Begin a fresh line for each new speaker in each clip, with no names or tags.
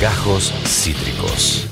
Gajos Cítricos.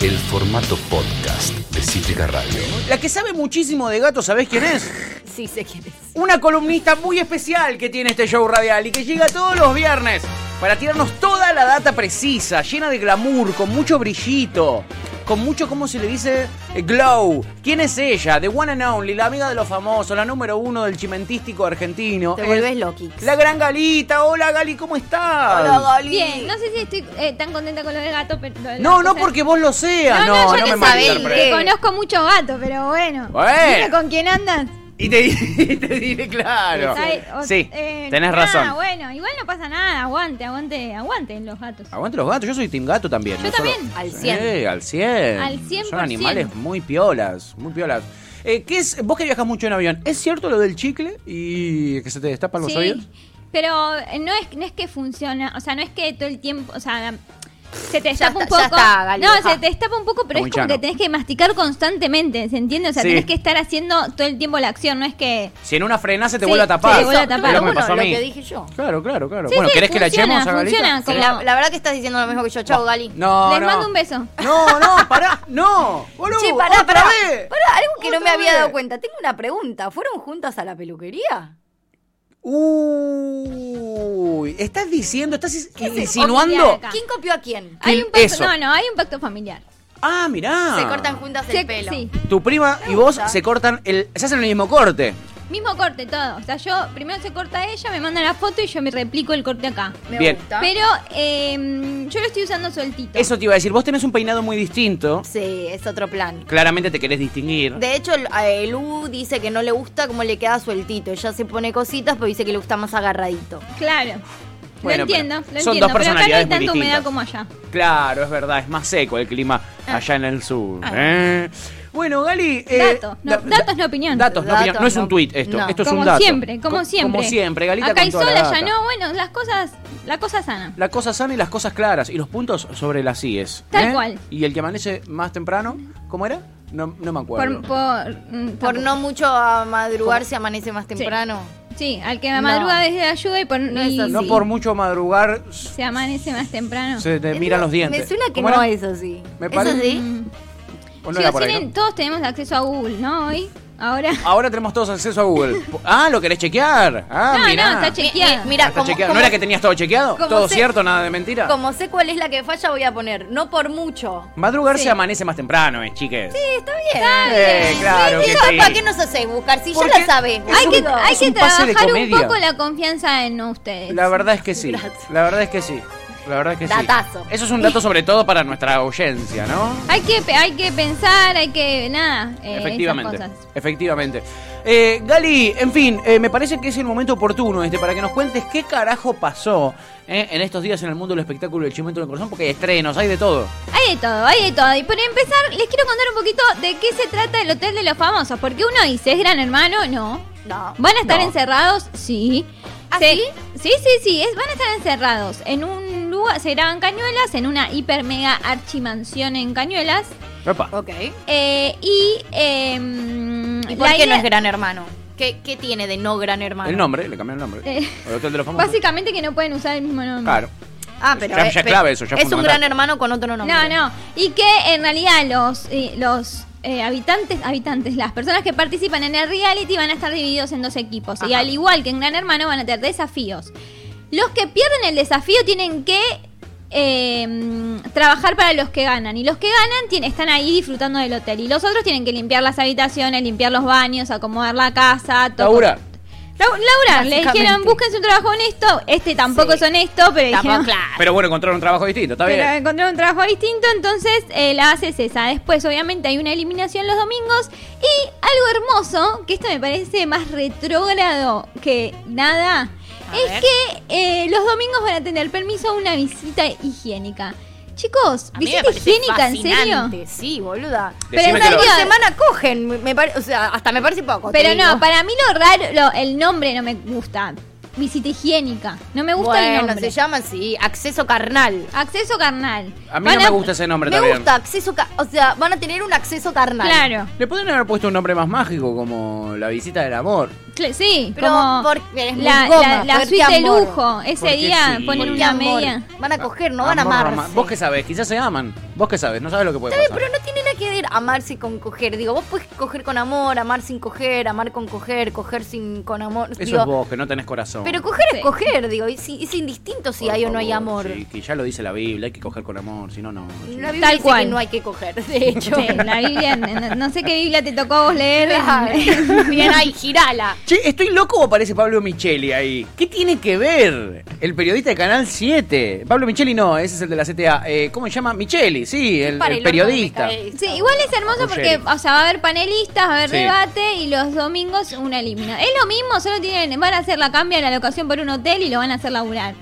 El formato podcast de Cítrica Radio.
La que sabe muchísimo de gatos, ¿sabés quién es?
Sí, sé quién es.
Una columnista muy especial que tiene este show radial y que llega todos los viernes para tirarnos toda la data precisa, llena de glamour, con mucho brillito, con mucho, ¿cómo se le dice? Eh, Glow. ¿Quién es ella? The one and only, la amiga de los famosos, la número uno del chimentístico argentino.
Te
Es
volvés Loki.
La gran Galita. Hola, Gali, ¿cómo estás?
Bien, no sé si estoy eh, tan contenta con lo del gato, pero...
No,
o
no
sea,
porque vos lo seas. No,
No,
no,
no, yo
me
te sabés,
malinterpretes.
que conozco muchos gatos, pero bueno.
Bueno.
Mira con quién andas.
Y te, y te diré claro.
Ay, o-
Sí,
eh,
tenés
nada,
razón.
bueno, igual no pasa nada, aguante, aguante, aguanten los gatos.
Aguante los gatos, yo soy team gato también.
Yo
no solo-
también.
Al
Sí,
100.
al 100.
Al 100%.
Son animales muy piolas, muy piolas. Eh, ¿qué es, vos que viajas mucho en avión, ¿es cierto lo del chicle y que se te destapan los oídos?
Sí, pero eh, no es, no es que funciona, o sea, no es que todo el tiempo, o sea... Se te
Ya
destapa un
está-
poco.
ya está, Gali,
no,
dejá.
se te destapa un poco,
Está
pero es
muy
como
llano.
que tenés que masticar constantemente, ¿se entiende? O sea,
Sí.
tenés que estar haciendo todo el tiempo la acción, no es que.
Si en una frenada se te
Sí,
vuelve a
sí,
tapar.
se vuelve a
Es lo
tapar.
que
Bueno,
me pasó a
lo
mí.
que dije yo.
Claro, claro, claro.
Sí,
bueno,
sí,
¿querés que la
funciona,
echemos a Galita?
funciona.
Sí,
Como-
la, la verdad que estás diciendo lo mismo que yo. Chao, Gali.
No,
Les
no.
mando un beso.
No, no, pará. No, boludo.
Che, pará,
otra
pará.
vez.
Pará, algo que no
Otra
me había
vez.
dado cuenta. Tengo una pregunta. ¿Fueron juntas a la peluquería?
Uy, estás diciendo, estás is-
oficial
insinuando.
acá?
¿Quién copió a quién?
¿Qué-
Hay un pacto,
eso.
no, no, hay un pacto familiar.
Ah, mirá.
Se cortan juntas el
Se-
pelo.
Sí,
Tu prima y vos se cortan el. se hacen el mismo corte.
mismo corte todo. O sea, yo primero se corta ella, me manda la foto y yo me replico el corte acá.
Me
Bien.
gusta.
Pero eh, yo lo estoy usando sueltito.
Eso te iba a decir, vos tenés un peinado muy distinto.
Sí, es otro plan.
Claramente te querés distinguir.
De hecho, el- a Elu dice que no le gusta cómo le queda sueltito. Ella se pone cositas, pero dice que le gusta más agarradito.
Claro.
Bueno,
lo entiendo,
pero
lo
son
entiendo.
dos
pero acá no hay
personalidades muy
tanta humedad
distintas.
como allá.
Claro, es verdad, es más seco el clima
Ah.
allá en el sur. ¿eh? Bueno, Gali. eh,
Datos, no,
da-
datos, no opinión.
Datos, no
Datos,
opinión. No es un
no.
tuit esto,
No.
esto es
como
un dato.
siempre, como
Co-
siempre.
Como siempre, Galita
Acá
con
hay
toda
sol,
la
allá
data.
no. Bueno, las cosas, la cosa sana.
La cosa sana y las cosas claras. Y los puntos sobre las IES.
Tal cual.
Y el que amanece más temprano, ¿cómo era? No, no me acuerdo.
Por, por,
Por
mm, tampoco.
no mucho a madrugar se amanece más temprano.
Sí, al que me
No.
madruga desde la ayuda y por
No es
y-
así.
no por mucho madrugar
se amanece más temprano.
se te miran los dientes.
Me suena que
¿Cómo
no
era?
es así.
Me
¿Es
parece-
así?
Mm.
¿O no
Sí,
era
o
por ahí,
tienen-
no?
todos tenemos acceso a Google, ¿no? Hoy, ahora.
Ahora tenemos todos acceso a Google. Ah, ¿lo querés chequear? Ah,
no,
mirá.
no, está chequeado.
Eh, mira,
Está
como-
chequeado.
como-
¿No era que tenías todo chequeado?
como
¿Todo
sé-
cierto? ¿Nada de mentira?
como sé cuál es la que falla, voy a poner. No por mucho.
Madrugar
Sí.
se amanece más temprano, eh, chiques.
Sí, está bien.
Eh, claro que
Eso,
sí.
¿Para qué nos hacéis buscar? Si ya
Porque
la sabés.
es
hay que,
boludo.
hay
es
que
un pase de
trabajar un
comedia.
poco la confianza en ustedes.
La verdad es que sí.
Gracias.
La verdad es que sí. La verdad es que
Datazo.
sí. Eso es un dato sobre todo para nuestra audiencia, ¿no?
Hay que, pe- hay que pensar, hay que. Nada. eh, esas
Efectivamente,
cosas.
efectivamente. Eh, Gali, en fin, eh, me parece que es el momento oportuno este para que nos cuentes qué carajo pasó eh, en estos días en el mundo del espectáculo del chimento del corazón, porque hay estrenos, hay de todo.
Hay de todo, hay de todo. Y para empezar, les quiero contar un poquito de qué se trata el Hotel de los Famosos. Porque uno dice, ¿es gran hermano? No.
No.
¿Van a estar
No.
encerrados? Sí.
¿Ah,
Se-
sí?
Sí, sí, sí, es- van a estar encerrados en un lugar, se graban cañuelas, en una hiper mega archimansión en cañuelas.
Epa.
Ok.
Eh, y em,
¿Y
la
por qué no
idea-
es gran hermano? ¿Qué, qué tiene de no gran hermano?
El nombre, le cambié el nombre.
Eh,
El Hotel de los Famosos.
Básicamente que no pueden usar el mismo nombre.
Claro.
Ah, pero.
Ya- ya
eh,
es
pero
clave eso, ya es
es un
fundamental.
gran hermano con otro nombre.
No, no. Y que en realidad los, eh, los eh, habitantes, habitantes, las personas que participan en el reality van a estar divididos en dos equipos. Y
Ajá.
al igual que en Gran Hermano van a tener desafíos. Los que pierden el desafío tienen que eh, trabajar para los que ganan. Y los que ganan tien- están ahí disfrutando del hotel. Y los otros tienen que limpiar las habitaciones, limpiar los baños, acomodar la casa, todo.
Laura.
Lau- Laura, le
Básicamente.
dijeron, búsquense un trabajo honesto. Este tampoco
Sí.
es honesto, pero
Tampoco,
dijeron,
claro.
Pero bueno, encontrar un trabajo distinto, está
pero
bien.
encontré un trabajo distinto, entonces eh, la haces esa. Después, obviamente, hay una eliminación los domingos. Y algo hermoso, que esto me parece más retrógrado que nada,
A
es
ver.
que eh, los domingos van a tener permiso a una visita higiénica. Chicos,
A mí me
visita
parece
higiénica, ¿en serio?
fascinante, Sí, boluda.
Decime
Pero en
que lo-
serio,
Cada semana cogen. me- me pare- o sea, hasta me parece poco. te
Pero
digo.
no, para mí lo raro, lo- el nombre no me gusta. visita higiénica. No me gusta el
Bueno, se
nombre.
llama así, acceso carnal.
Acceso carnal.
A mí
Van
no me gusta ese nombre
Me
también.
gusta, acceso ca- O sea, van a tener un acceso carnal.
Claro.
Le podrían haber puesto un nombre más mágico como la visita del amor.
Cl- sí,
Pero
como
porque eres muy
la,
goma,
la- la
fuerte
suite de
amor.
lujo. Ese
Porque
día
sí.
ponen
Porque
una
amor.
media.
Van a coger, no van a
Amor,
amarse.
ama- Vos que sabés, quizás se aman. Vos que sabés, no sabés lo que puede
Está bien,
pasar.
pero no tiene nada que ver amarse con coger. Digo, vos puedes coger con amor, amar sin coger, amar con coger, coger sin con amor.
Eso
digo,
es vos, que no tenés corazón.
Pero coger
Sí.
es coger, digo, y si- es indistinto si
Por
hay o no hay
favor,
amor.
sí, que ya lo dice la Biblia, hay que coger con amor, si no, no.
La Biblia
Tal
dice
cual.
que no hay que coger, de hecho.
Sí, la Biblia, no, no sé qué Biblia te tocó a vos leer.
Bien, ay, girala.
Che, ¿estoy loco o parece Pablo Micheli ahí? ¿Qué tiene que ver el periodista de Canal 7? Pablo Micheli no, ese es el de la CTA. Eh, ¿Cómo se llama? Micheli, sí, el,
Para
el
el orto que me
periodista.
cae.
Sí, igual es hermoso porque,
Ruggeri.
o sea, va a haber panelistas, va a haber
Sí.
debate y los domingos una elimina. Es lo mismo, solo tienen, van a hacer la cambia la locación por un hotel y lo van a hacer laburar.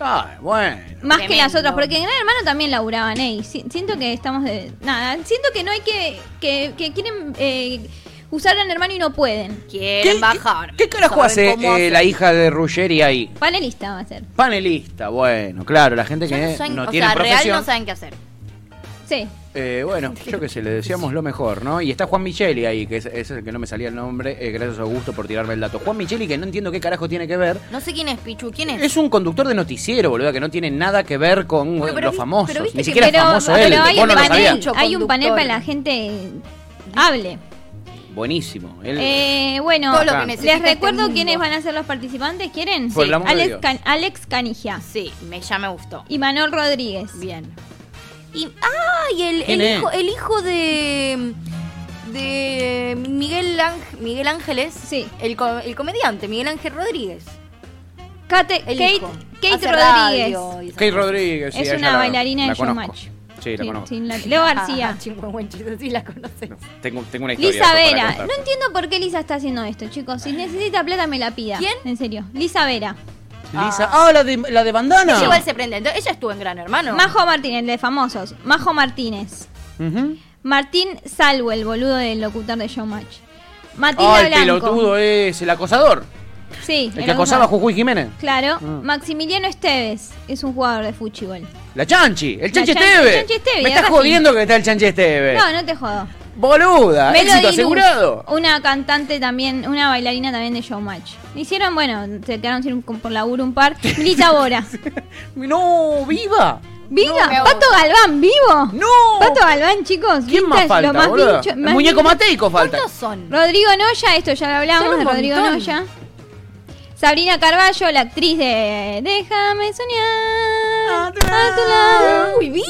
Ah, bueno.
Más que
Tremendo.
las otras, porque en Gran Hermano también laburaban, ey. Si- Siento que estamos de. Nada, siento que no hay que. que, que quieren eh, usar Gran Hermano y no pueden.
Quieren bajar.
¿Qué carajo
Saben
hace
cómo
eh,
hacen.
la hija de Ruggeri ahí?
Panelista va a ser.
Panelista, bueno, claro, la gente
Ya
que
no, saben-
eh? no
o
tiene
sea, real
profesión.
no saben qué hacer.
Sí.
Eh, bueno, yo qué sé, le deseamos lo mejor, ¿no? Y está Juan Micheli ahí, que es, es el que no me salía el nombre. eh, gracias a Augusto por tirarme el dato. Juan Micheli, que no entiendo qué carajo tiene que ver.
No sé quién es Pichu, quién es.
Es un conductor de noticiero, boludo, que no tiene nada que ver con eh,
pero
los
vi-
famosos.
pero viste
Ni
que-
siquiera es famoso él.
hay,
Vos
un
no lo
panel,
sabías.
mucho
hay un panel
conductor.
para la gente hable.
Buenísimo. Él-
Eh, bueno,
Todo lo
que
necesita
les
este
recuerdo
mundo.
quiénes van a ser los participantes. ¿Quieren?
Por el amor de
Alex,
Dios.
Can- Alex Canigia
Sí, me, ya me gustó.
y Manuel Rodríguez.
Bien. Y, ah, y el,
¿Quién
el
es?
hijo, el hijo de de Miguel, Ángel Miguel Ángeles,
Sí.
el, co- el comediante Miguel Ángel Rodríguez.
Kate-
El
Kate,
hijo.
Kate
Hace
Rodríguez.
radio y esas
Kate
cosas.
Rodríguez. sí,
es
a ella
una
la-
bailarina
la
de
conozco.
Showmatch.
Sí, la
Sin-
conozco.
sin la- Leo García.
Ah, chingüengüenchito, sí la conoces.
Tengo, tengo una historia.
Lisa
después para
Vera.
contar.
No entiendo por qué Lisa está haciendo esto, chicos. Si necesita plata, me la pida.
¿Quién?
En serio. Lisa Vera.
Lisa. Ah, la de, la de
Ella
bandana.
igual se prende. Entonces, ella estuvo en Gran Hermano.
Majo Martínez, de famosos. Majo Martínez.
Ujú.
Martín Salvo, el boludo del locutor de Showmatch. Matilda
Ah, el
Blanco.
pelotudo es el acosador.
Sí.
El
el
que acosaba a
locutor.
Jujuy Jiménez.
Claro.
Ah.
Maximiliano Esteves es un jugador de fútbol.
La Chanchi, el Chanchi
Chanchi,
Esteve.
el Chanchi Esteve,
Me estás
Racing.
jodiendo que está el Chanchi Esteve.
No, no te jodo.
Boluda, Eh. Ah, éxito
Luz,
asegurado.
una cantante también, una bailarina también de Showmatch. Hicieron, bueno, se quedaron sin, por laburo un par. Milita Bora.
No, viva.
Viva,
No, me
Pato Galván, vivo.
No.
Pato Galván, chicos.
¿Quién
¿viste?
más falta,
Lo más
boluda?
bicho-
El
más
muñeco
bicho.
Mateico falta.
¿Cuántos son?
Rodrigo Noya, esto ya lo hablamos
Son
de
un
Rodrigo
montón.
Noya. Sabrina Carballo, la actriz de Déjame soñar.
A tu lado.
Uy, viva.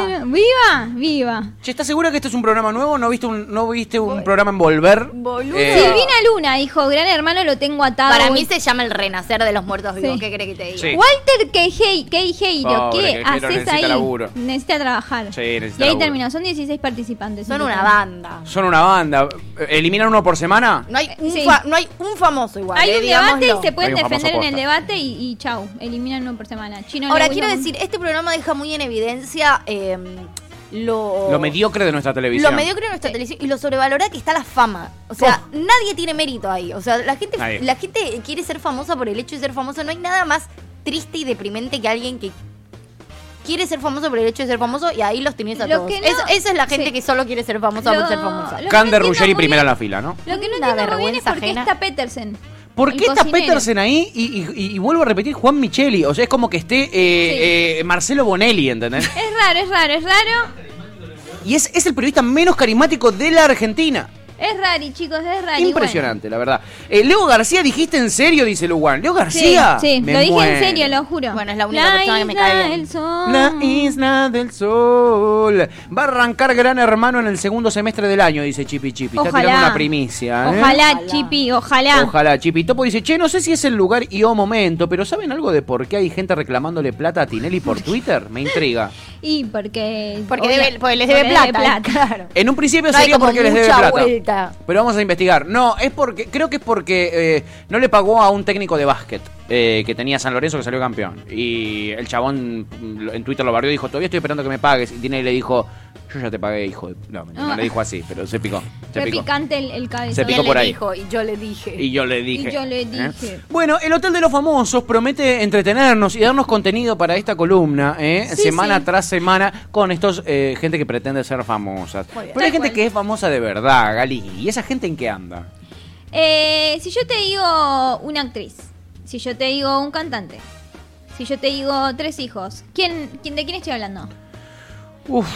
No quiero- viva, viva.
Che, ¿estás segura que este es un programa nuevo? ¿No viste un, no viste un programa en Volver? Eh,
Boluda.
Silvina Luna dijo, gran hermano lo tengo atado.
Para mí
Hoy-
se llama el renacer de los muertos vivos.
Sí.
¿Qué crees que te diga?
Sí.
Walter Queijei- Queijeiro,
Pobre
¿qué
Queijeiro,
haces
necesita
ahí?
laburo.
Necesita trabajar.
Sí, necesita
y ahí
laburo.
terminó, son 16 participantes.
Son
un
una
total.
banda.
Son una banda. ¿Eliminan uno por semana?
No hay, un
Sí.
fa- no hay un famoso igual.
Hay
eh,
un debate y
digámoslo.
se
Hay
pueden
un famoso
defender en el
posta.
debate y, y chau, eliminan uno por semana. Chino
Ahora,
Lewis
quiero
no-
decir, este programa deja muy en evidencia eh, lo...
Lo mediocre de nuestra televisión.
Lo mediocre de nuestra televisión y lo sobrevalorada que está la fama. O sea, nadie tiene mérito ahí. O sea, la gente,
Nadie.
la gente quiere ser famosa por el hecho de ser famosa. No hay nada más triste y deprimente que alguien que quiere ser famoso por el hecho de ser famoso y ahí los tenés a
Lo
todos.
que no-
Es- esa es la gente
sí.
que solo quiere ser famosa
Lo-
por ser famosa.
lo-
Kander
no entiendo
Ruggeri
muy
primera en
bien.
la fila, ¿no?
Lo que no
Una
entiendo muy bien es
vergüenza
por qué
ajena.
está Petersen.
¿Por
el
qué está
cocinero.
Petersen ahí y, y- y vuelvo a repetir Juan Micheli? O sea, es como que esté eh, eh, Marcelo Bonelli, ¿entendés?
Es raro, es raro, es raro.
Y es, es el periodista menos carismático de la Argentina.
Es rari, chicos, es rari.
Impresionante, la verdad. Eh, Leo García, dijiste en serio, dice Lugan. Leo
Bueno. Sí,
García.
sí,
Me
lo dije en
muero.
serio, lo juro.
Bueno, es la única persona que me
isla,
cae bien.
el sol.
La
Ah.
isla del sol. Va a arrancar Gran Hermano en el segundo semestre del año, dice Chipi Chipi. Está
Ojalá.
tirando una primicia. ¿eh?
Ojalá,
Ojalá.
Chipi, ojalá.
Ojalá, Chipi. Topo dice, che, no sé si es el lugar y o momento, pero ¿saben algo de por qué hay gente reclamándole plata a Tinelli por Twitter? Me intriga.
Y porque.
Porque,
obvia-
debe- porque les debe plata. ¿eh? Claro.
En un principio
No hay
sería
como
porque les debe
mucha
plata.
vuelta.
Pero vamos a investigar. No, es porque creo que es porque eh, no le pagó a un técnico de básquet eh, que tenía San Lorenzo que salió campeón. Y el chabón mm, lo- en Twitter lo barrió y dijo, todavía estoy esperando que me pagues. Y Tinelli le dijo, yo ya te pagué, hijo de... No, no,
Ah.
le dijo así, pero se picó. Se
Re
picó.
picante el, el cabeza.
Se
Y
picó
él
por
le
ahí.
dijo,
Dijo, y yo le dije.
Y yo le dije.
Y yo le
¿eh?
dije.
Bueno, el Hotel de los Famosos promete entretenernos y darnos contenido para esta columna, ¿eh?
Sí,
semana
sí.
tras semana, con estos eh, gente que pretende ser famosas.
Muy bien.
Pero hay
Tal
gente
cual.
que es famosa de verdad, Gali. ¿Y esa gente en qué anda?
Eh, si yo te digo una actriz, si yo te digo un cantante, si yo te digo tres hijos, ¿quién, quién, ¿de quién estoy hablando?
Uf.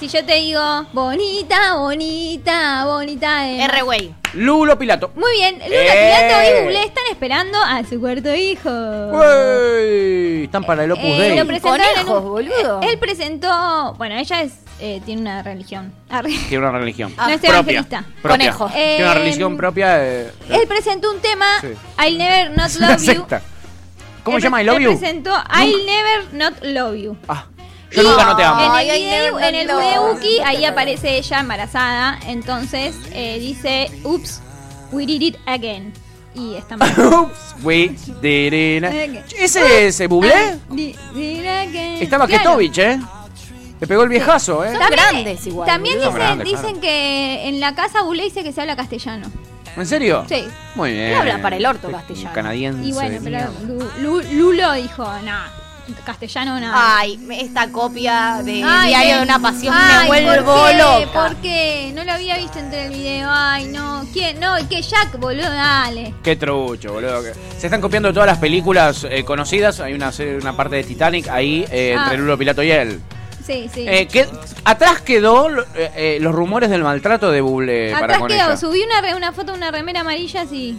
Si yo te digo bonita, bonita, bonita. de-
R-Way.
Lulo Pilato.
Muy bien, Lula
¡Eh!
Pilato y Google están esperando a su cuarto hijo.
Uey, Están para el Opus
Eh,
Dei.
lo presentaron en
Conejos,
un- eh,
boludo.
Él presentó. Bueno, ella es, eh, tiene una religión. Ah, re-
Tiene una religión.
no es
propia.
evangelista.
propia.
Conejo.
Tiene una
Eh,
religión propia. eh,
Él presentó un tema,
Sí.
I'll Never Not
es una
Love You.
secta. ¿Cómo
Él
se llama? I
pre-
love
él
you.
presentó I'll Never Not Love You.
Ah, yo nunca no te amo.
En
Ay,
el
ay,
video,
never
en el
not
video
love.
Uki, ahí aparece ella embarazada. Entonces eh, dice, oops, we did it again. Y está mal.
Oops, we did it. ¿Ese es eh, Bublé?
Di- did again.
Estaba
Ah, Claro.
Ketovich, ¿eh? Le pegó el viejazo, ¿eh?
Son grandes igual.
También
boludo.
dicen,
Son grandes, claro.
dicen que en la casa Bulé dice que se habla castellano.
¿En serio?
Sí.
Muy bien. Este
¿Qué habla para el orto castellano?
Canadiense.
Y bueno,
de
pero
mierda.
Lu- Lu- Lulo dijo, nada, castellano nada.
Ay, esta copia de
Ay,
Diario
me-
de una Pasión
ay,
me vuelvo
¿por qué?
loca.
¿Por qué? No lo había visto entre el video. Ay, no. ¿Quién? No, que Jack, boludo, dale.
Qué trucho, boludo. que- Se están copiando todas las películas eh, conocidas. Hay una, serie- una parte de Titanic ahí eh,
Ah.
entre Lulo Pilato y él.
Sí, sí.
Eh, que- atrás quedó lo- eh, eh, los rumores del maltrato de Buble para
Atrás
con
quedó,
ella.
subí una, re- una foto de una remera amarilla así.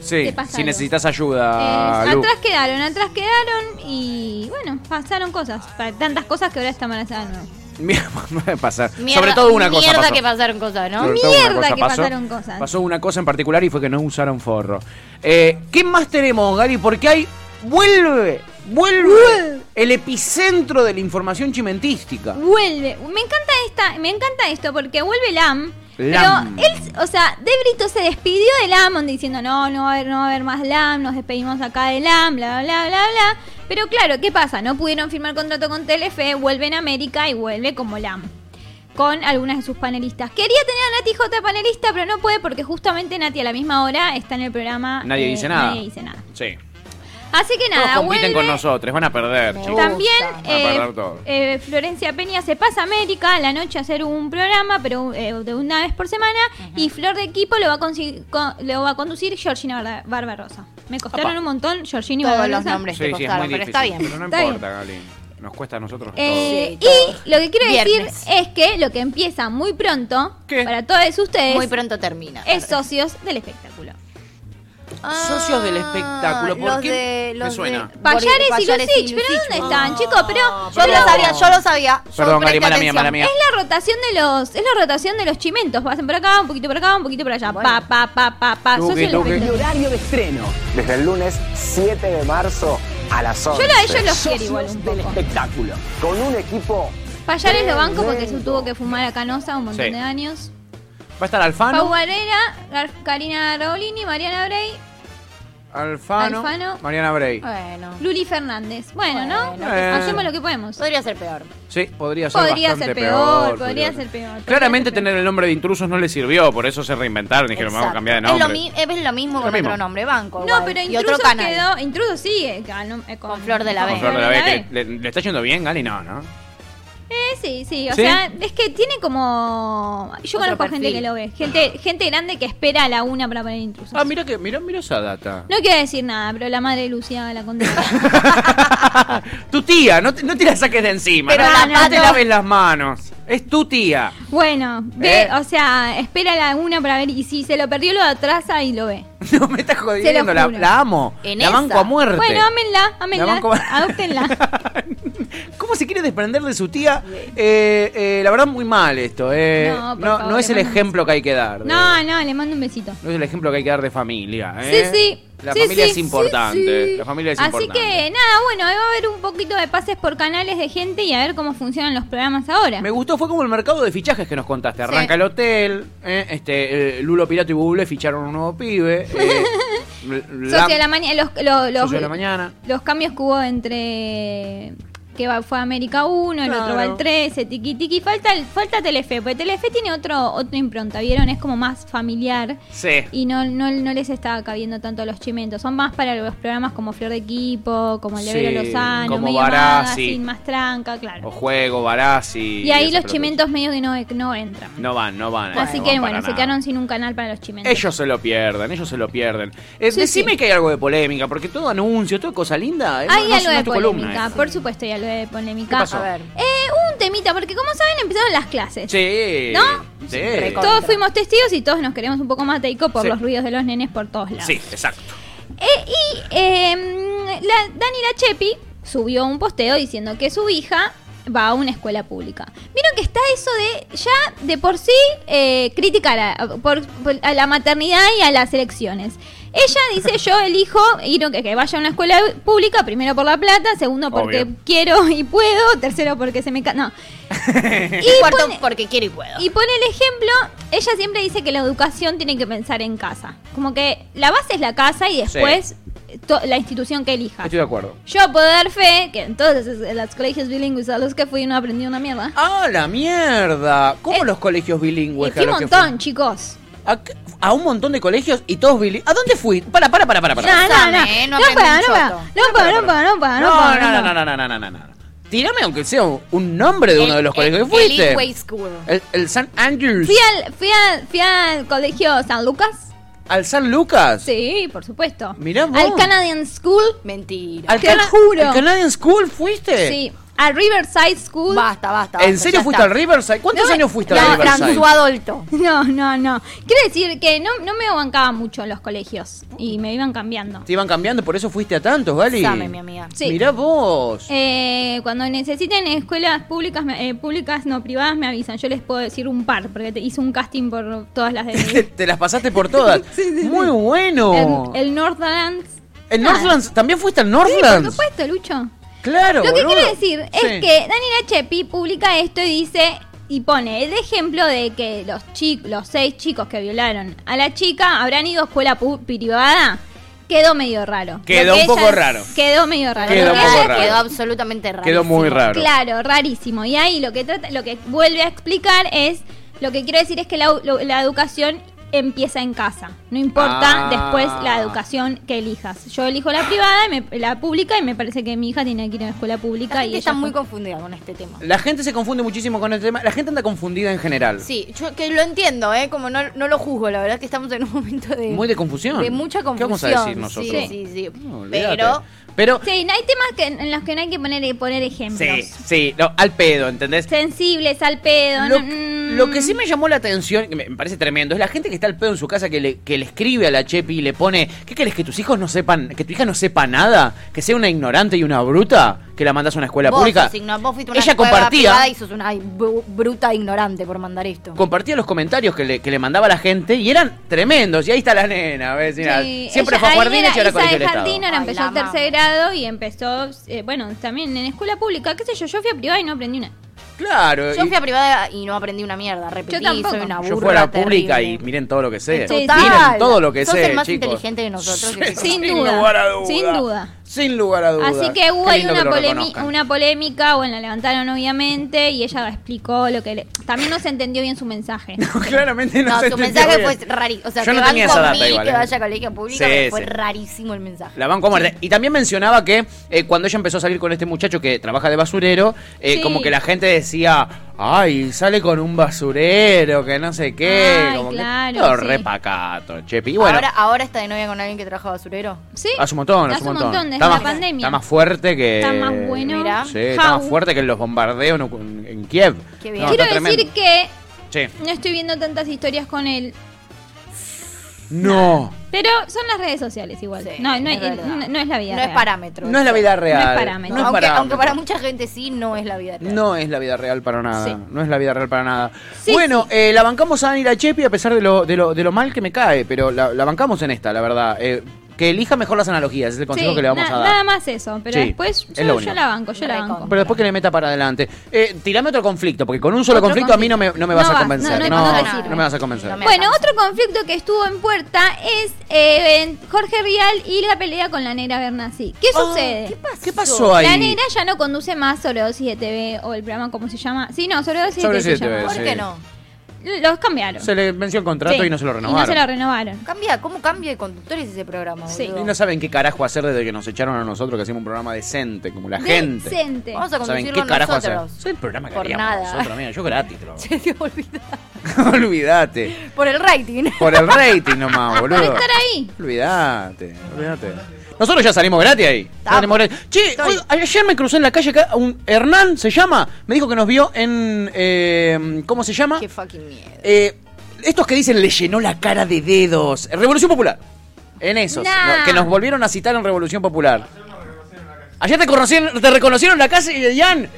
Sí,
te pasa
si
algo.
necesitas
Eh,
ayuda, Ah, Lu.
atrás quedaron, atrás quedaron y bueno, pasaron cosas. Pa- Tantas cosas que ahora está embarazada de nuevo.
Mierda, puede pasar.
Mierda-
Sobre todo una cosa
Mierda
pasó.
que pasaron cosas, ¿no?
Sobre todo una
Mierda
cosa
que pasaron cosas.
Pasó una cosa en particular y fue que no usaron forro. Eh, ¿Qué más tenemos, Gary? Porque hay. Vuelve, vuelve el epicentro de la información chimentística.
Vuelve. Me encanta esta, me encanta esto porque vuelve Lam.
Lam.
Pero él, o sea, De Brito se despidió de Lam donde diciendo no, no va a haber, no va a haber más Lam, nos despedimos acá de Lam, bla, bla, bla, bla, bla. Pero claro, ¿qué pasa? No pudieron firmar contrato con Telefe, vuelven a América y vuelve como Lam. Con algunas de sus panelistas. Quería tener a Nati J panelista, pero no puede porque justamente Nati a la misma hora está en el programa.
Nadie
eh,
dice nada.
Nadie dice nada.
Sí.
Así que
Todos
nada,
compiten con
vuelve-
nosotros, van a perder,
Me
chicos.
gusta.
también
Van
a
eh,
perder todo.
eh, Florencia Peña se pasa a América a la noche a hacer un programa, pero eh, de una vez por semana. Y Flor de Equipo lo va a, consi- co- lo va a conducir Georgina Barda- Barbarosa. Me costaron
Apa.
un montón Georgina y
Todos
Barbarosa.
los nombres te
Sí, sí, es muy
costaron, pero
difícil.
está bien.
Pero no
Está
importa, Gali. Nos cuesta a nosotros
Eh,
Sí, todos.
y lo que quiero
Viernes.
decir es que lo que empieza muy pronto
¿Qué?
para todos ustedes
Muy pronto termina.
es socios del espectáculo.
Ah, Socios del espectáculo, ¿por
los
qué
de-
me
los de-
suena?
Payares y
Payares Oh.
Lucich, pero ¿dónde están, chicos? Pero
Yo
pero-
lo sabía, yo lo sabía. Yo
Perdón, Gary,
presté
mala mía,
atención.
mala mía.
Es la rotación de los, es la rotación de los chimentos. Pasan por acá, un poquito por acá, un poquito por allá. Pa, pa, pa, pa, pa.
Tuque,
Socios de los
tuque.
espectáculos.
horario de estreno.
desde el lunes 7 de marzo a las 11.
Yo a ellos los quiero
Socios
igual un
del
poco.
espectáculo.
Con un equipo
Payares lo banco porque se tuvo que fumar a Canosa un montón
Sí.
de años.
Va a estar
Ah,
Alfano.
Pau Varela, Gar- Karina Raolini, Mariana Bray,
Alfano,
Alfano.
Mariana Bray.
Bueno,
Luli Fernández. Bueno, ¿no?
Bueno,
Eh.
Hacemos lo que podemos.
podría ser peor.
Sí, podría ser
Podría
bastante
ser peor, podría
podría
ser peor, podría
Claramente
ser peor.
tener el nombre de intrusos no le sirvió, por eso se reinventaron y dijeron, vamos a
Exacto.
cambiar de
Es lo,
nombre.
mi- es lo mismo
Es lo
con
mismo.
otro nombre, banco.
No,
igual.
pero
y otro
Intruso
canal.
quedó. Intruso sigue ganó, eh, con,
Con Flor de la
con
B.
Con Flor de la B, que le, le está yendo bien, Gali? No, ¿no?
Eh, sí, sí, o
¿Sí?
sea, es que tiene como... Yo
Otro
conozco gente
perfil.
que lo ve, gente gente grande que espera a la una para poner intrusos.
Ah, mira que, mira, mira esa data.
No quiero decir nada, pero la madre de Lucía la condena.
tu tía, no te, no te la saques de encima.
Pero
no,
la
no
pato-
te laves las manos. Es tu tía.
bueno, ve,
Eh.
o sea, espera a la una para ver y si se lo perdió lo atrasa y lo ve.
No me estás jodiendo, la,
juro.
la amo.
En
la
esa.
banco a muerte.
Bueno, ámenla,
La
ámenla,
banco-
adoptenla.
¿Cómo se quiere desprender de su tía? Eh, eh, la verdad, muy mal esto. eh.
No,
No,
por
no,
favor,
es el
hermano.
ejemplo que hay que dar. de-
No, no, le mando un besito.
No es el ejemplo que hay que dar de familia. ¿eh?
Sí, sí.
La
sí,
familia
sí,
es importante.
sí, sí.
La familia es
Así
importante.
que nada, bueno, ahí va a haber un poquito de pases por canales de gente y a ver cómo funcionan los programas ahora.
Me gustó, fue como el mercado de fichajes que nos contaste. Arranca el hotel, eh, este, eh, Lulo Pirato y Buble ficharon un nuevo pibe. eh, la-
Socio de la mañana, los, lo- los-
Socio de la mañana.
los cambios que hubo entre que va- fue a América 1, el otro va
Claro.
al 13, tiqui tiqui. Falta, el- falta Telefe, porque Telefe tiene otro, otra impronta, ¿vieron? Es como más familiar
Sí.
y no, no, no les está cabiendo tanto los chimentos. Son más para los programas como Flor de Equipo, como
Sí,
Levero Lozano,
como
medio
Barassi.
magazine, más tranca, claro.
O juego, Barassi.
y ahí
esas
los
pelotudas.
chimentos medio que no, no entran.
No van, no van.
Así
no
que
van
bueno,
para
se
nada.
quedaron sin un canal para los chimentos.
Ellos se lo pierden, ellos se lo pierden. Eh,
Sí,
decime
sí.
que hay algo de polémica, porque todo anuncio, toda cosa linda. eh,
Hay
no- no
algo
es
de
tu
polémica,
columna, eh.
por supuesto hay algo de polémica.
¿Qué pasó?
A ver.
Eh, un temita, porque como saben empezaron las clases.
Sí.
¿No?
Sí.
Recontra.
Todos fuimos testigos y todos nos queremos un poco más teico por
Sí.
los ruidos de los nenes por todos lados.
Sí, exacto.
Eh, y eh, la, Dani Lachepi subió un posteo diciendo que su hija va a una escuela pública. Vieron que está eso de ya de por sí eh, criticar a, por- por- a la maternidad y a las elecciones. Ella dice yo elijo ir a- que, que vaya a una escuela pública, primero por la plata, segundo porque
Obvio.
quiero y puedo, tercero porque se me... ca- No.
Y cuarto,
pone-
porque quiero y puedo.
Y pone el ejemplo, ella siempre dice que la educación tiene que pensar en casa. Como que la base es la casa y después to- la institución que elija.
Estoy de acuerdo.
Yo puedo dar fe que en todos los- los colegios bilingües a los que fui no aprendí una mierda.
¡Ah, la mierda! ¿Cómo
Eh,
los colegios bilingües?
y fui un
Carlos, que
montón,
fue-
chicos.
¿A, qué- a un montón de colegios y todos bilingües. ¿A dónde fui? Para, para, para, para.
No,
para.
no, no.
eh, no
No
aprendí
puedo,
un
no puedo.
choto.
No puedo, no puedo, no puedo,
No,
puedo,
no, no,
puedo.
no, no, no, no, no, no. Tirame aunque sea un, un nombre de uno de los colegios que fuiste.
Elingway School.
El, el San Andrews.
Fui al, fui, al, fui al colegio San Lucas.
¿Al San Lucas?
Sí, por supuesto.
Mirá vos.
Al Canadian School.
Mentira.
¿Al
Te
Cana-
juro.
¿Al Canadian School fuiste?
Sí. Al Riverside School.
Basta, basta.
¿En serio fuiste al Riverside? ¿Cuántos
No,
años fuiste al
La
Riverside?
François Adolto.
No, no, no. Quiero decir que no, no me bancaba mucho en los colegios y me iban cambiando.
Te iban cambiando, por eso fuiste a tantos, Gali.
Dame, mi amiga.
Sí.
Mirá vos.
Eh, cuando necesiten escuelas públicas, me- eh, públicas no privadas, me avisan. Yo les puedo decir un par, porque te hice un casting por todas las
Te,
de...
te las pasaste por todas. Muy bueno.
el, el Northlands.
¿En
Nada.
Northlands? ¿También fuiste al
Sí, por
Northlands?
supuesto, Lucho.
claro.
Lo que
boludo.
quiero decir
Sí.
es que Daniela Chepi publica esto y dice y pone el ejemplo de que los chi- los seis chicos que violaron a la chica habrán ido a escuela pu- privada. Quedó medio raro. Lo
Quedó
que
un poco
ella-
raro.
Quedó medio raro.
Quedó
Lo que
un poco
ella-
raro.
Quedó absolutamente raro.
Quedó muy raro.
Claro, rarísimo. Y ahí lo que trata, lo que vuelve a explicar es lo que quiero decir es que la, u- lo- la educación empieza en casa. No importa
Ah.
después la educación que elijas. Yo elijo la privada, y me- la pública y me parece que mi hija tiene que ir a la escuela pública
La
y
gente
ella
está muy
fue-
confundida con este tema.
La gente se confunde muchísimo con el tema. La gente anda confundida en general.
Sí, yo que lo entiendo, ¿eh? Como no, no lo juzgo, la verdad que estamos en un momento de...
Muy de confusión.
De mucha
¿Qué
confusión.
vamos a decir nosotros?
Sí, sí, sí.
No, olvídate.
Pero...
Pero.
Sí, no hay temas que, en los que no hay que poner, poner ejemplos.
Sí, sí, no, al pedo, ¿entendés?
Sensibles al pedo.
Lo,
no- mm.
lo que sí me llamó la atención, que me me parece tremendo, es la gente que está al pedo en su casa, que le, que le escribe a la Chepi y le pone, ¿qué querés que tus hijos no sepan, que tu hija no sepa nada? ¿Que sea una ignorante y una bruta? ¿Que la mandas a una escuela
vos
pública?
sos igno- vos fuiste a una
Ella
escuela privada
compartía,
y sos una bu- bruta ignorante por mandar esto.
compartía los comentarios que le, que le mandaba la gente y eran tremendos. Y ahí está la nena, ¿ves? Mira,
Sí,
siempre
ella-
fue a
ahí
jardines
era
y ahora
Isa
colegio
de
del Estado.
jardín, ahora
Ay,
empezó
la
el tercer
amamos.
grado y empezó, eh, bueno, también en escuela pública, qué sé yo, yo fui a privada y no aprendí una.
Claro,
Yo
y-
fui a privada y no aprendí una mierda. Repetí,
tampoco.
soy una burra
yo fuera pública y
terrible.
miren todo lo que sé.
Sí, sí.
Miren todo lo que
Sos
sé,
el más
chicos.
inteligente de nosotros. que
Sí,
sí.
Sin duda,
lugar a duda.
sin duda.
Sin lugar a duda.
Así que hubo
Qué
ahí
lindo
una,
que lo
polemi-
reconozcan.
una polémica, bueno, la levantaron obviamente y ella explicó lo que le... También no se entendió bien su mensaje.
Claramente no,
No,
se
su
entendió
mensaje
bien.
fue rarísimo. O sea,
Yo
que
no
van
tenía esa data
conmigo y
igual,
que
¿eh?
vaya a colegio público,
Sí,
pero fue
sí.
rarísimo el mensaje.
La banco a muerte. Y también mencionaba que eh, cuando ella empezó a salir con este muchacho que trabaja de basurero, eh,
Sí.
como que la gente decía, ay, sale con un basurero, que no sé qué.
Ay,
como que-
claro,
todo
sí.
repacato, chepi. Y bueno,
ahora, ahora está de novia con alguien que trabaja basurero.
¿Sí?
hace un montón, hace,
Hace un montón, desde
Está
la
más-
pandemia.
Está más fuerte que...
Está más bueno.
Mirá.
Sí, está más
Jau.
fuerte que en los bombardeos en, en Kiev.
Qué bien.
No,
Quiero
está
decir
tremendo.
que
Sí.
no estoy viendo tantas historias con él,
No.
pero son las redes sociales igual.
Sí,
no, no,
es
hay-
verdad.
no- no es la vida
No
real.
es parámetro.
No es la vida real.
parámetro.
No es
aunque,
parámetro.
aunque para mucha gente sí, no es la vida real.
No es la vida real para nada.
Sí.
No es la vida real para nada.
Sí,
bueno,
sí.
eh, la bancamos a Anira Chepi a pesar de lo, de, lo, de lo mal que me cae, pero la, la bancamos en esta, la verdad. Eh, Que elija mejor las analogías, es el consejo
Sí,
que le vamos
na-
a dar.
Nada más eso, pero
Sí,
después
es
yo,
lo
yo
único.
la banco, yo la banco.
Recontra.
Pero después que le meta para adelante. Eh, tirame otro conflicto, porque con un solo
Otro
conflicto, a mí no me, no me vas
No
a
vas,
convencer. No,
no, no, no
no,
te sirve.
me vas a convencer.
No me-
Bueno,
alcanza.
otro conflicto que estuvo en puerta es eh, en Jorge Rial y la pelea con la negra Bernassi. ¿Qué
Ah,
sucede?
¿Qué pasó, ahí?
La negra ya no conduce más Sobredosis de TV o el programa, ¿cómo se llama? Sí, no, Sobredosis de TV.
Sobredosis
se
de
llamaba.
¿Por
sí.
qué no?
Los cambiaron.
Se le venció el contrato
Sí,
y no se lo
Y no se lo
renovaron.
renovaron.
Cambia, ¿cómo cambia de conductores ese programa,
Sí.
Y
boludo?
no saben qué carajo hacer desde que nos echaron a nosotros que hacíamos un programa decente, como la gente.
Decente.
Vamos a
No ¿Saben
conducirlo
qué carajo
nosotros.
hacer? Soy el programa que
Por
haríamos
nada.
nosotros, amiga. Yo gratis te lo hago.
Se te olvida.
Olvídate.
Por el rating.
Por el rating nomás,
Por
boludo.
estar ahí.
Olvídate, olvídate. Nosotros ya salimos gratis ahí. Ya salimos gratis. Che, hoy- ayer me crucé en la calle acá, un Hernán se llama, me dijo que nos vio en eh, ¿cómo se llama?
Qué fucking miedo.
Eh, estos que dicen le llenó la cara de dedos. Revolución Popular. En esos.
Nah.
¿no? Que nos volvieron a citar en Revolución Popular. Ayer te reconocieron, te reconocieron en la casa, Ian.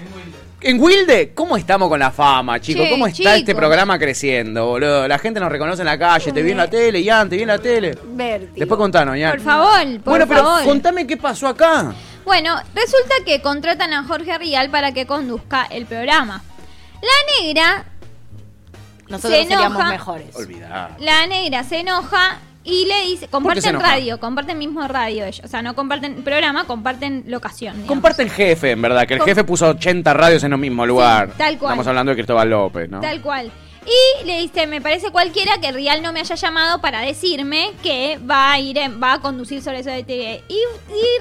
En Wilde, ¿cómo estamos con la fama, chicos?
Che,
¿Cómo está
chicos.
este programa creciendo, boludo? La gente nos reconoce en la calle, te vi en la tele, Ian, te vi en la tele.
Vértigo.
Después contanos, Ian.
Por favor, por
bueno, pero
favor.
contame qué pasó acá.
Bueno, resulta que contratan a Jorge Rial para que conduzca el programa. La negra
Nosotros
se enoja.
seríamos mejores.
Olvidá.
La negra se enoja y le dice,
se
comparten
enoja?
radio, comparten mismo radio ellos. O sea, no comparten programa, comparten locación. digamos.
Comparte el jefe, en verdad, que el
Com-
jefe puso 80 radios en un mismo lugar.
tal cual.
Estamos hablando de Cristóbal López, ¿no?
Tal cual. Y le dice, me parece cualquiera que Rial no me haya llamado para decirme que va a ir, en- va a conducir sobre eso de TV. Y, y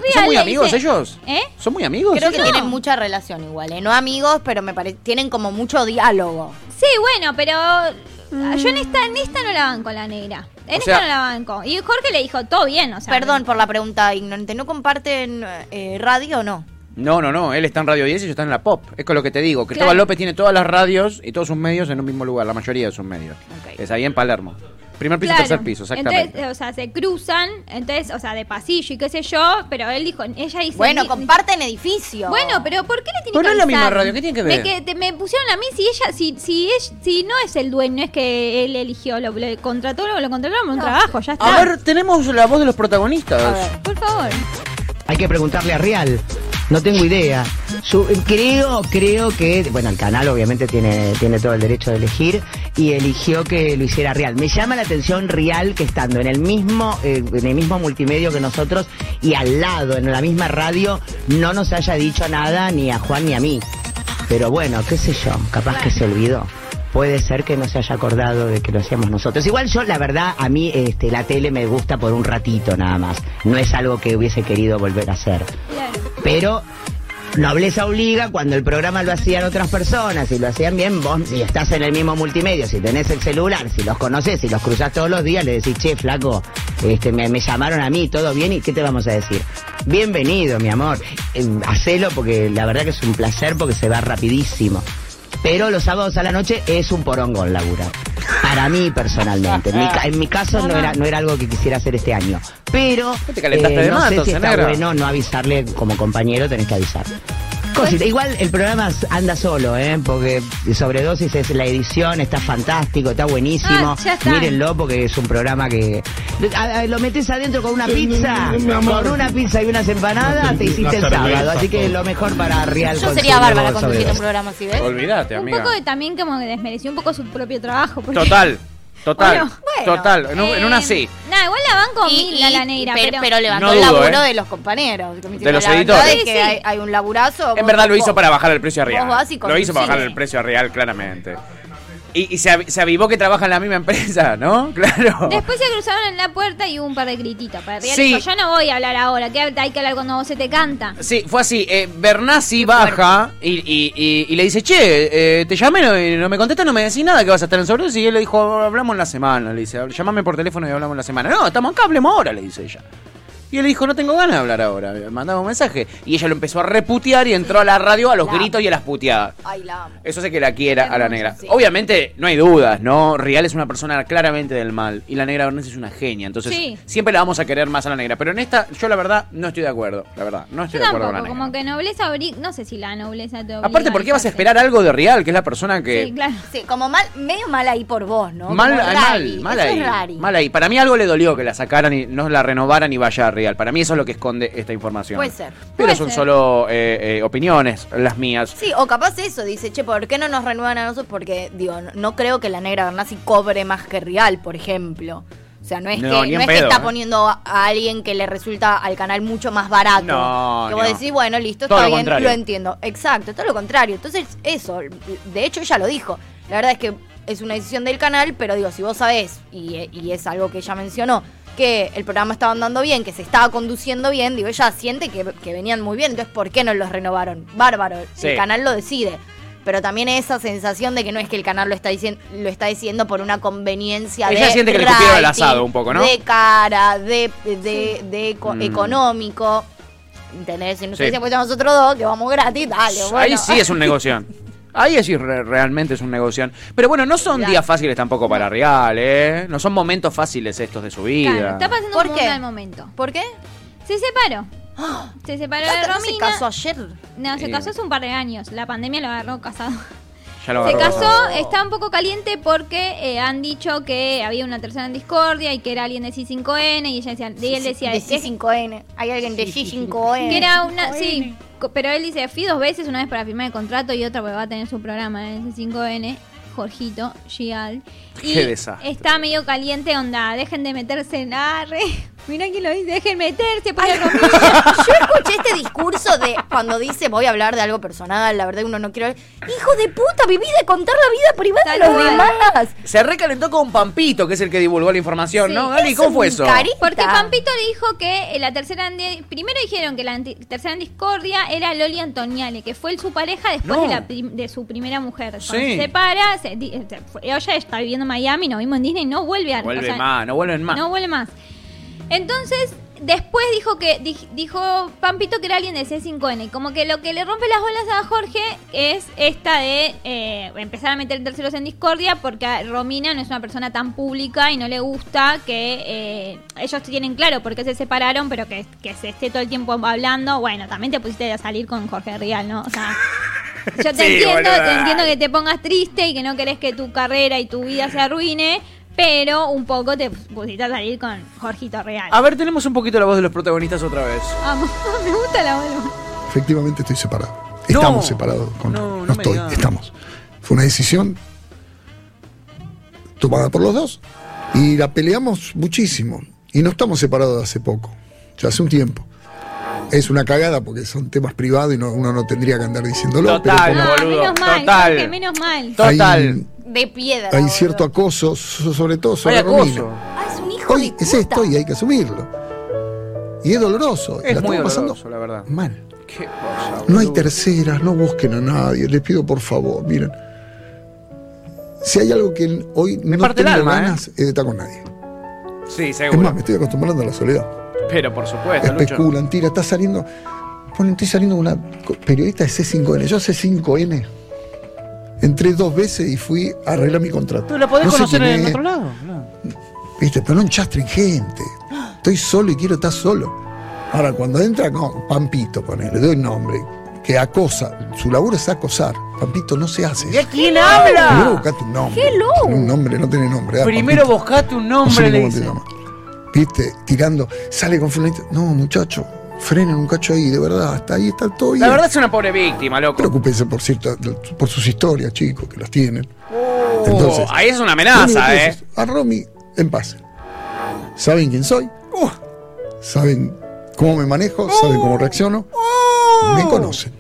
Rial
¿Son muy
le
amigos
dice-
ellos?
¿Eh?
¿Son muy amigos?
Creo que
No.
tienen mucha relación igual, ¿eh? No amigos, pero me parece. Tienen como mucho diálogo.
Sí, bueno, pero ah, yo en
Mm.
esta, en esta no la banco, la negra.
O
En
sea-
esta no la banco. Y Jorge le dijo, todo bien, o sea.
Perdón por la pregunta ignorante. ¿No comparten eh, radio o no?
No, no, no. Él está en Radio 10 y yo está en la Pop. Es con lo que te digo. Cristóbal
Claro.
López tiene todas las radios y todos sus medios en un mismo lugar, la mayoría de sus medios.
Ok.
Es ahí en Palermo. Primer piso,
Claro.
tercer piso, exactamente.
Entonces, eh, o sea, se cruzan, entonces, o sea, de pasillo y qué sé yo, pero él dijo, ella dice...
Bueno,
"Ni-
comparten edificio.
Bueno, pero ¿por qué le tiene
Pero
que
no es la
avisar?
misma radio, ¿qué tiene que ver?
Me, te- me pusieron a mí si ella, si, si, es- si no es el dueño, es que él eligió, lo, lo contrató, lo, lo contrataron por un trabajo, ya está.
A ver, tenemos la voz de los protagonistas.
Por favor.
Hay que preguntarle a Real. No tengo idea. Su- creo, creo que, bueno, el canal obviamente tiene, tiene todo el derecho de elegir y eligió que lo hiciera Real. Me llama la atención Real que estando en el mismo, eh, en el mismo multimedio que nosotros y al lado, en la misma radio, no nos haya dicho nada ni a Juan ni a mí. Pero bueno, qué sé yo, capaz que se olvidó. Puede ser que no se haya acordado de que lo hacíamos nosotros. Igual yo, la verdad, a mí este, la tele me gusta por un ratito nada más. No es algo que hubiese querido volver a hacer.
Claro.
Este,
Pero nobleza obliga, cuando el programa lo hacían otras personas y lo hacían bien, vos, si estás en el mismo multimedia, si tenés el celular, si los conocés, si los cruzás todos los días, le decís, che, flaco, este, me, me llamaron a mí, todo bien, ¿y qué te vamos a decir? Bienvenido, mi amor. Eh, hacelo porque la verdad que es un placer porque se va rapidísimo. Pero los sábados a la noche es un porongo el laburo. Para mí personalmente. En mi, ca- en mi caso no era, no era algo que quisiera hacer este año. Pero eh,
Te calentaste de
no
más,
sé si
entonces,
está
negra.
bueno no avisarle como compañero, tenés que avisar. Cosita. Igual el programa anda solo, ¿eh? porque Sobredosis es la edición, está fantástico, está buenísimo.
Ah, ya está.
Mírenlo porque es un programa que... A- a- Lo metes adentro con una pizza,
mi amor.
con una pizza y unas empanadas, te hiciste el
Una cerveza,
sábado. Así que
todo.
lo mejor para Real
Yo
con
sería
su nuevo
bárbara conduciendo un
Sobredosis.
programa así, ¿ves?
Olvídate,
un
amiga.
poco de, también como que desmereció un poco su propio trabajo. porque-
Total, total,
Bueno,
bueno.
total. En, un- en una
Eh,
sí.
Nada, igual la banco
Y-
mil a
y-
la negra,
pero,
pero...
pero levantó
No
el
dudo,
laburo
¿eh?
de los compañeros. como
De los
la verdad
editores.
es que
Sí, sí.
Hay, hay un laburazo.
En
vos-
verdad lo
vos-
hizo para bajar el precio a
vos
Real.
vas y
Lo hizo para bajar
conducís.
el precio a Real, claramente. Y, y se, avi- se avivó que trabaja en la misma empresa, ¿no? Claro.
Después se cruzaron en la puerta y hubo un par de grititos. Para Rial
Sí.
dijo, yo no voy a hablar ahora, que hay que hablar cuando vos se te canta.
Sí, fue así. Eh, Bernassi baja y, y- y- y le dice, che, eh, te llamé, no, y no me contestas, no me decís nada, que vas a estar en sobredosis. Y él le dijo, hablamos en la semana, le dice, llamame por teléfono y hablamos en la semana. No, estamos acá, hablemos ahora, le dice ella. Y él le dijo, no tengo ganas de hablar ahora, mandame un mensaje. Y ella lo empezó a reputear y entró a la radio a los
La-
gritos y a las puteadas.
Ay, la amo.
Eso sé que la quiera a la
Hermoso,
negra.
sí.
Obviamente, no hay dudas, ¿no? Rial es una persona claramente del mal y la negra Bernes es una genia. Entonces,
Sí.
siempre la vamos a querer más a la negra. Pero en esta, yo la verdad no estoy de acuerdo. La verdad, no estoy
Yo
de acuerdo con la
tampoco,
negra.
como que nobleza obli- No sé si la nobleza te obliga
Aparte, ¿por qué vas a
quizás,
esperar algo de Rial, que es la persona que.
Sí, claro.
Sí, como mal, medio mal ahí por vos, ¿no?
Mal,
Como
mal,
rari.
mal
Eso
ahí.
es rari.
Mal ahí. Para mí algo le dolió que la sacaran y no la renovaran y vaya a Real. Para mí eso es lo que esconde esta información.
Puede ser.
Pero
Puede
son
ser.
solo eh, eh, opiniones, las mías.
Sí, o capaz eso, dice, che, ¿por qué no nos renuevan a nosotros? Porque, digo, no, no creo que la negra Bernasi cobre más que Real, por ejemplo. O sea, no es,
No,
que,
ni en
no es que
pedo,
está
¿eh?
poniendo a, a alguien que le resulta al canal mucho más barato.
No,
que vos
no.
decís, bueno, listo,
Todo
está
lo
bien,
contrario.
lo entiendo. Exacto, todo lo contrario. Entonces, eso, de hecho ella lo dijo. La verdad es que es una decisión del canal, pero digo, si vos sabés, y, y es algo que ella mencionó, que el programa estaba andando bien, que se estaba conduciendo bien, digo, ella siente que, que venían muy bien, entonces, ¿por qué no los renovaron? Bárbaro,
Sí.
el canal lo decide. Pero también esa sensación de que no es que el canal lo está diciendo, lo está diciendo por una conveniencia
Ella
de
siente que le escupieron el
rating,
asado un poco, ¿no?
De cara, de, de, de eco-
Mm.
económico. ¿Entendés? Si no
Sí.
se pues a nosotros dos, que vamos gratis, dale, bueno.
Ahí sí es un negocio. Ahí sí re- realmente es un negocio. Pero bueno, no son
Claro.
días fáciles tampoco para Real, ¿eh? No son momentos fáciles estos de su vida.
Claro, está pasando
¿Por
un
qué?
muy mal momento.
¿Por qué?
Se separó. Se separó de
Cata
Romina.
no se casó ayer.
No, se
Eh.
casó hace un par de años. La pandemia lo agarró casado.
Ya lo
Se
agarró.
casó, está un poco caliente porque eh, han dicho que había una tercera en discordia y que era alguien de C5N y ella decía, y él decía
de
"Es que-
C5N. Hay alguien de C5N.
que era una, sí, co- pero él dice, fui dos veces, una vez para firmar el contrato y otra porque va a tener su programa en C5N, Jorgito, Gial. Y
Qué desastre.
está medio caliente, onda, dejen de meterse en arre. Mirá quién lo dice, dejen meterse, pone Romina.
Yo escuché este discurso de cuando dice voy a hablar de algo personal, la verdad uno no quiero Hijo de puta, viví de contar la vida privada de
Tal
los
cual.
demás.
Se recalentó con Pampito, que es el que divulgó la información,
Sí,
¿no? Gali,
es
¿cómo fue
un
eso?
cari-
Porque
Está.
Pampito le dijo que eh, la tercera en di- primero dijeron que la anti- tercera en discordia era Loli Antoniale, que fue el- su pareja después
No.
de, la prim- de su primera mujer. Cuando
Sí.
se separa, se, di- se fue- ella está viviendo en Miami, nos vimos en Disney, no vuelve a
No vuelven
o sea,
más, no vuelven más.
No vuelve más. Entonces, después dijo que dij- dijo Pampito que era alguien de C5N. Como que lo que le rompe las bolas a Jorge es esta de eh, empezar a meter terceros en discordia porque a Romina no es una persona tan pública y no le gusta que eh, ellos tienen claro por qué se separaron, pero que, que se esté todo el tiempo hablando. Bueno, también te pusiste a salir con Jorge Rial, ¿no? O sea. Yo te
Sí,
entiendo,
boluda.
te entiendo que te pongas triste y que no querés que tu carrera y tu vida se arruine, pero un poco te pusiste a salir con Jorgito Real.
A ver, tenemos un poquito la voz de los protagonistas otra vez.
Vamos, me gusta la voz.
Efectivamente estoy separado.
No.
Estamos separados. Con,
No,
no,
no me
estoy,
digas.
estamos. Fue una decisión tomada por los dos y la peleamos muchísimo. Y no estamos separados de hace poco, ya hace un tiempo. Es una cagada porque son temas privados y no- uno no tendría que andar diciéndolo.
Total,
pero como
Ah,
boludo,
menos mal,
total.
Jorge, menos mal.
To- total.
De piedra.
Hay, hay
boludo.
cierto acoso, so- sobre todo sobre
Hay acoso.
Romina.
Ah, es un hijo
Hoy
de
es
puta.
esto y hay que asumirlo. Y es doloroso. y
Es
la
muy
estamos pasando
doloroso, la verdad.
mal.
Qué cosa,
No hay
boludo.
terceras, no busquen a nadie, les pido por favor, miren. Si hay algo que hoy
Me
no
parte el
tengo
alma, ¿eh?
ganas es de estar con nadie.
Sí,
Mm. Es más,
seguro.
me estoy acostumbrando a la soledad.
Pero por supuesto, Lucho.
Especulan, tira, está saliendo. Ponen, estoy saliendo con una co- periodista de C5N. Yo C5N. Entré dos veces y fui a arreglar mi contrato.
¿Tú la podés
No sé
conocer
quién
en
es,
otro lado? No.
Viste, pero no enchastren gente. Estoy solo y quiero estar solo. Ahora, cuando entra con Pampito, ponele, le doy el nombre, que acosa, su laburo es acosar. Pampito no se hace.
¿Y a
eso.
quién
Primero
habla?
buscate un nombre. Tiene Un nombre, no tiene nombre. ah,
Primero
Pampito.
buscate un
No sé
nombre,
ni
le
cómo te
dice.
llamas. Viste, tirando, sale con fulanito. No, muchacho, frenen un cacho ahí, de verdad, hasta ahí está todo bien.
La verdad es una pobre víctima, loco.
Preocúpense por, cierto, por sus historias, chicos, que las tienen. Entonces,
Oh, ahí es una
Lo único
amenaza,
que
¿eh?
es, A Romy, en paz. ¿Saben quién soy? ¿Saben cómo me manejo? ¿Saben cómo reacciono? Me conocen.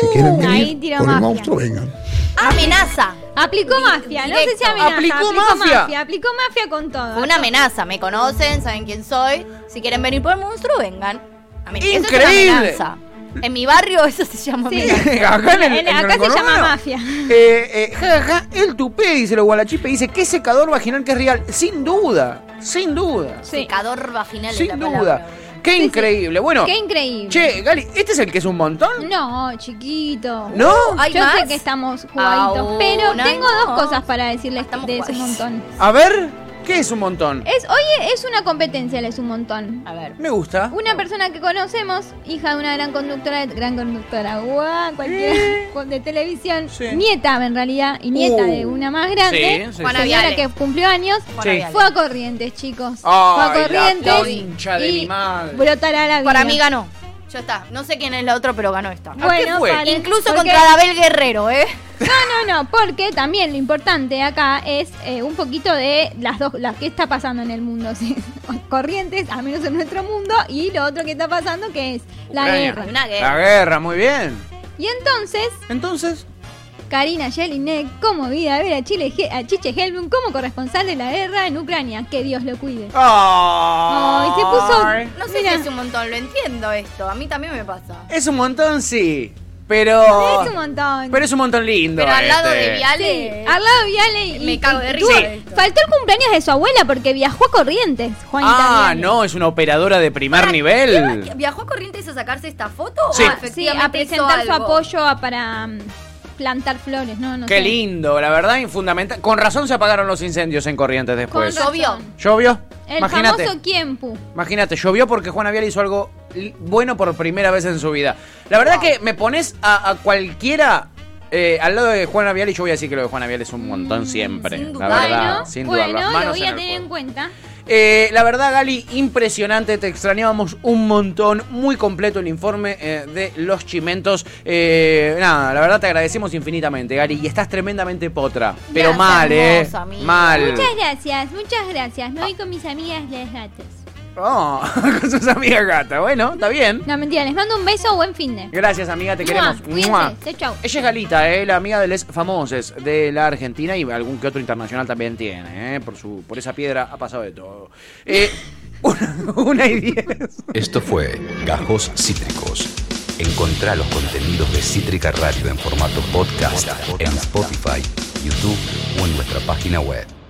Si quieren venir
Ahí tira
por el
mafia.
monstruo, vengan.
Amenaza.
Aplicó mafia, no sé si
directo.
amenaza,
Aplicó mafia.
Aplicó mafia con todo.
Una amenaza. Me conocen, saben quién soy. Si quieren venir por el monstruo, vengan. A mí- eso es una
Increíble.
amenaza. En mi barrio eso se llama
Sí.
amenaza.
acá en el-
En-
en
acá
Gran
se llama
Coronado.
mafia.
Eh, eh, ja, ja, ja, el tupé, dice lo gualachipe, dice, ¿qué secador vaginal que es real? Sin duda, sin duda.
Sí.
Secador vaginal es
Sin
la
duda.
palabra.
Qué
Sí, sí.
increíble. Bueno.
Qué increíble.
Che, Gali, ¿este es el que es un montón?
No, chiquito.
¿No? Ah,
¿Hay
Yo sé
más?
que estamos jugaditos,
Aún
pero
hay
tengo
más.
dos cosas para decirles
Estamos
de ese
jugaditos.
montón.
A ver, ¿qué es un montón?
Es, oye, es una competencia, es un montón.
A ver.
Me gusta.
Una persona que conocemos, hija de una gran conductora, de- gran conductora, guau, cualquiera, con- de televisión,
Sí.
nieta en realidad, y nieta
Uh.
de una más grande,
Sí, sí,
señora
sí. Viale.
que cumplió años,
Juana
Sí.
Viale.
fue a Corrientes, chicos. fue
Ay,
a
la
Corrientes.
pincha de
y
mi madre.
Brotará la vida.
Para mí ganó. Ya está. No sé quién es la otra, pero ganó esta.
qué fue?
Karen,
Incluso
porque-
contra Dabel Guerrero, ¿eh?
No, no, no, porque también lo importante acá es eh, un poquito de las dos, las que está pasando en el mundo, sí. corrientes, al menos en nuestro mundo, y lo otro que está pasando que es la
Ucrania.
guerra.
Una
La
guerra.
guerra, muy bien.
Y entonces,
Entonces,
Karina Jelinek, conmovida a ver a, Chile, a Chiche Helblum como corresponsal de la guerra en Ucrania, que Dios lo cuide.
¡ay!
Ay, se puso-
No sé
Mira.
si es un montón, lo entiendo esto. A mí también me pasa.
Es un montón, sí. Pero.
es un montón.
Oh. Pero es un montón lindo.
Pero al lado
este.
de
Sí,
Viale.
al lado de Viale y-
Me cago de
y-
risa
tuvo-
de esto.
Faltó el cumpleaños de su abuela porque viajó a Corrientes, Juanita.
Ah,
Viale.
no, es una operadora de primer
Pará, ¿iba-
nivel.
¿Viajó a Corrientes a sacarse esta foto
Sí.
o
Ah,
Sí,
efectivamente
a presentar su
hizo algo?
apoyo a- para mm, plantar flores, ¿no? no
Qué
sé.
lindo, la verdad, y fundamental. Con razón se apagaron los incendios en Corrientes después.
Con razón.
Llovió.
Llovió. pues.
El
Imagínate.
famoso Kiempu.
Imagínate, llovió porque Juana Vial hizo algo li- bueno por primera vez en su vida. La verdad que me pones a, a cualquiera eh, al lado de Juana Vial y yo voy a decir que lo de Juana Vial es un montón
Mm,
siempre.
sin
La
dudarlo.
verdad,
Bueno,
sin duda.
bueno,
las
lo
manos
voy
en
a
el
tener en
fuego.
cuenta.
Eh, la verdad, Gali, impresionante. Te extrañábamos un montón. Muy completo el informe eh, de los chimentos. Eh, nada, la verdad te agradecemos infinitamente, Gali. Y estás tremendamente potra. Pero
Gracias,
mal, ¿eh?
hermosa, amiga.
Mal.
Muchas gracias, muchas gracias. Me voy con mis amigas las gatas.
Oh, con sus amigas gatas. Bueno, está bien.
No, mentira, les mando un beso, buen fin de.
Gracias, amiga, te
Mua,
queremos.
cuídense,
Mua.
chau, chau.
Ella es Galita, eh, la amiga de Les Famosos de la Argentina y algún que otro internacional también tiene. eh, por, su, por esa piedra ha pasado de todo. Eh, una, una y diez.
Esto fue Gajos Cítricos. Encontrá los contenidos de Cítrica Radio en formato podcast en Spotify, YouTube o en nuestra página web.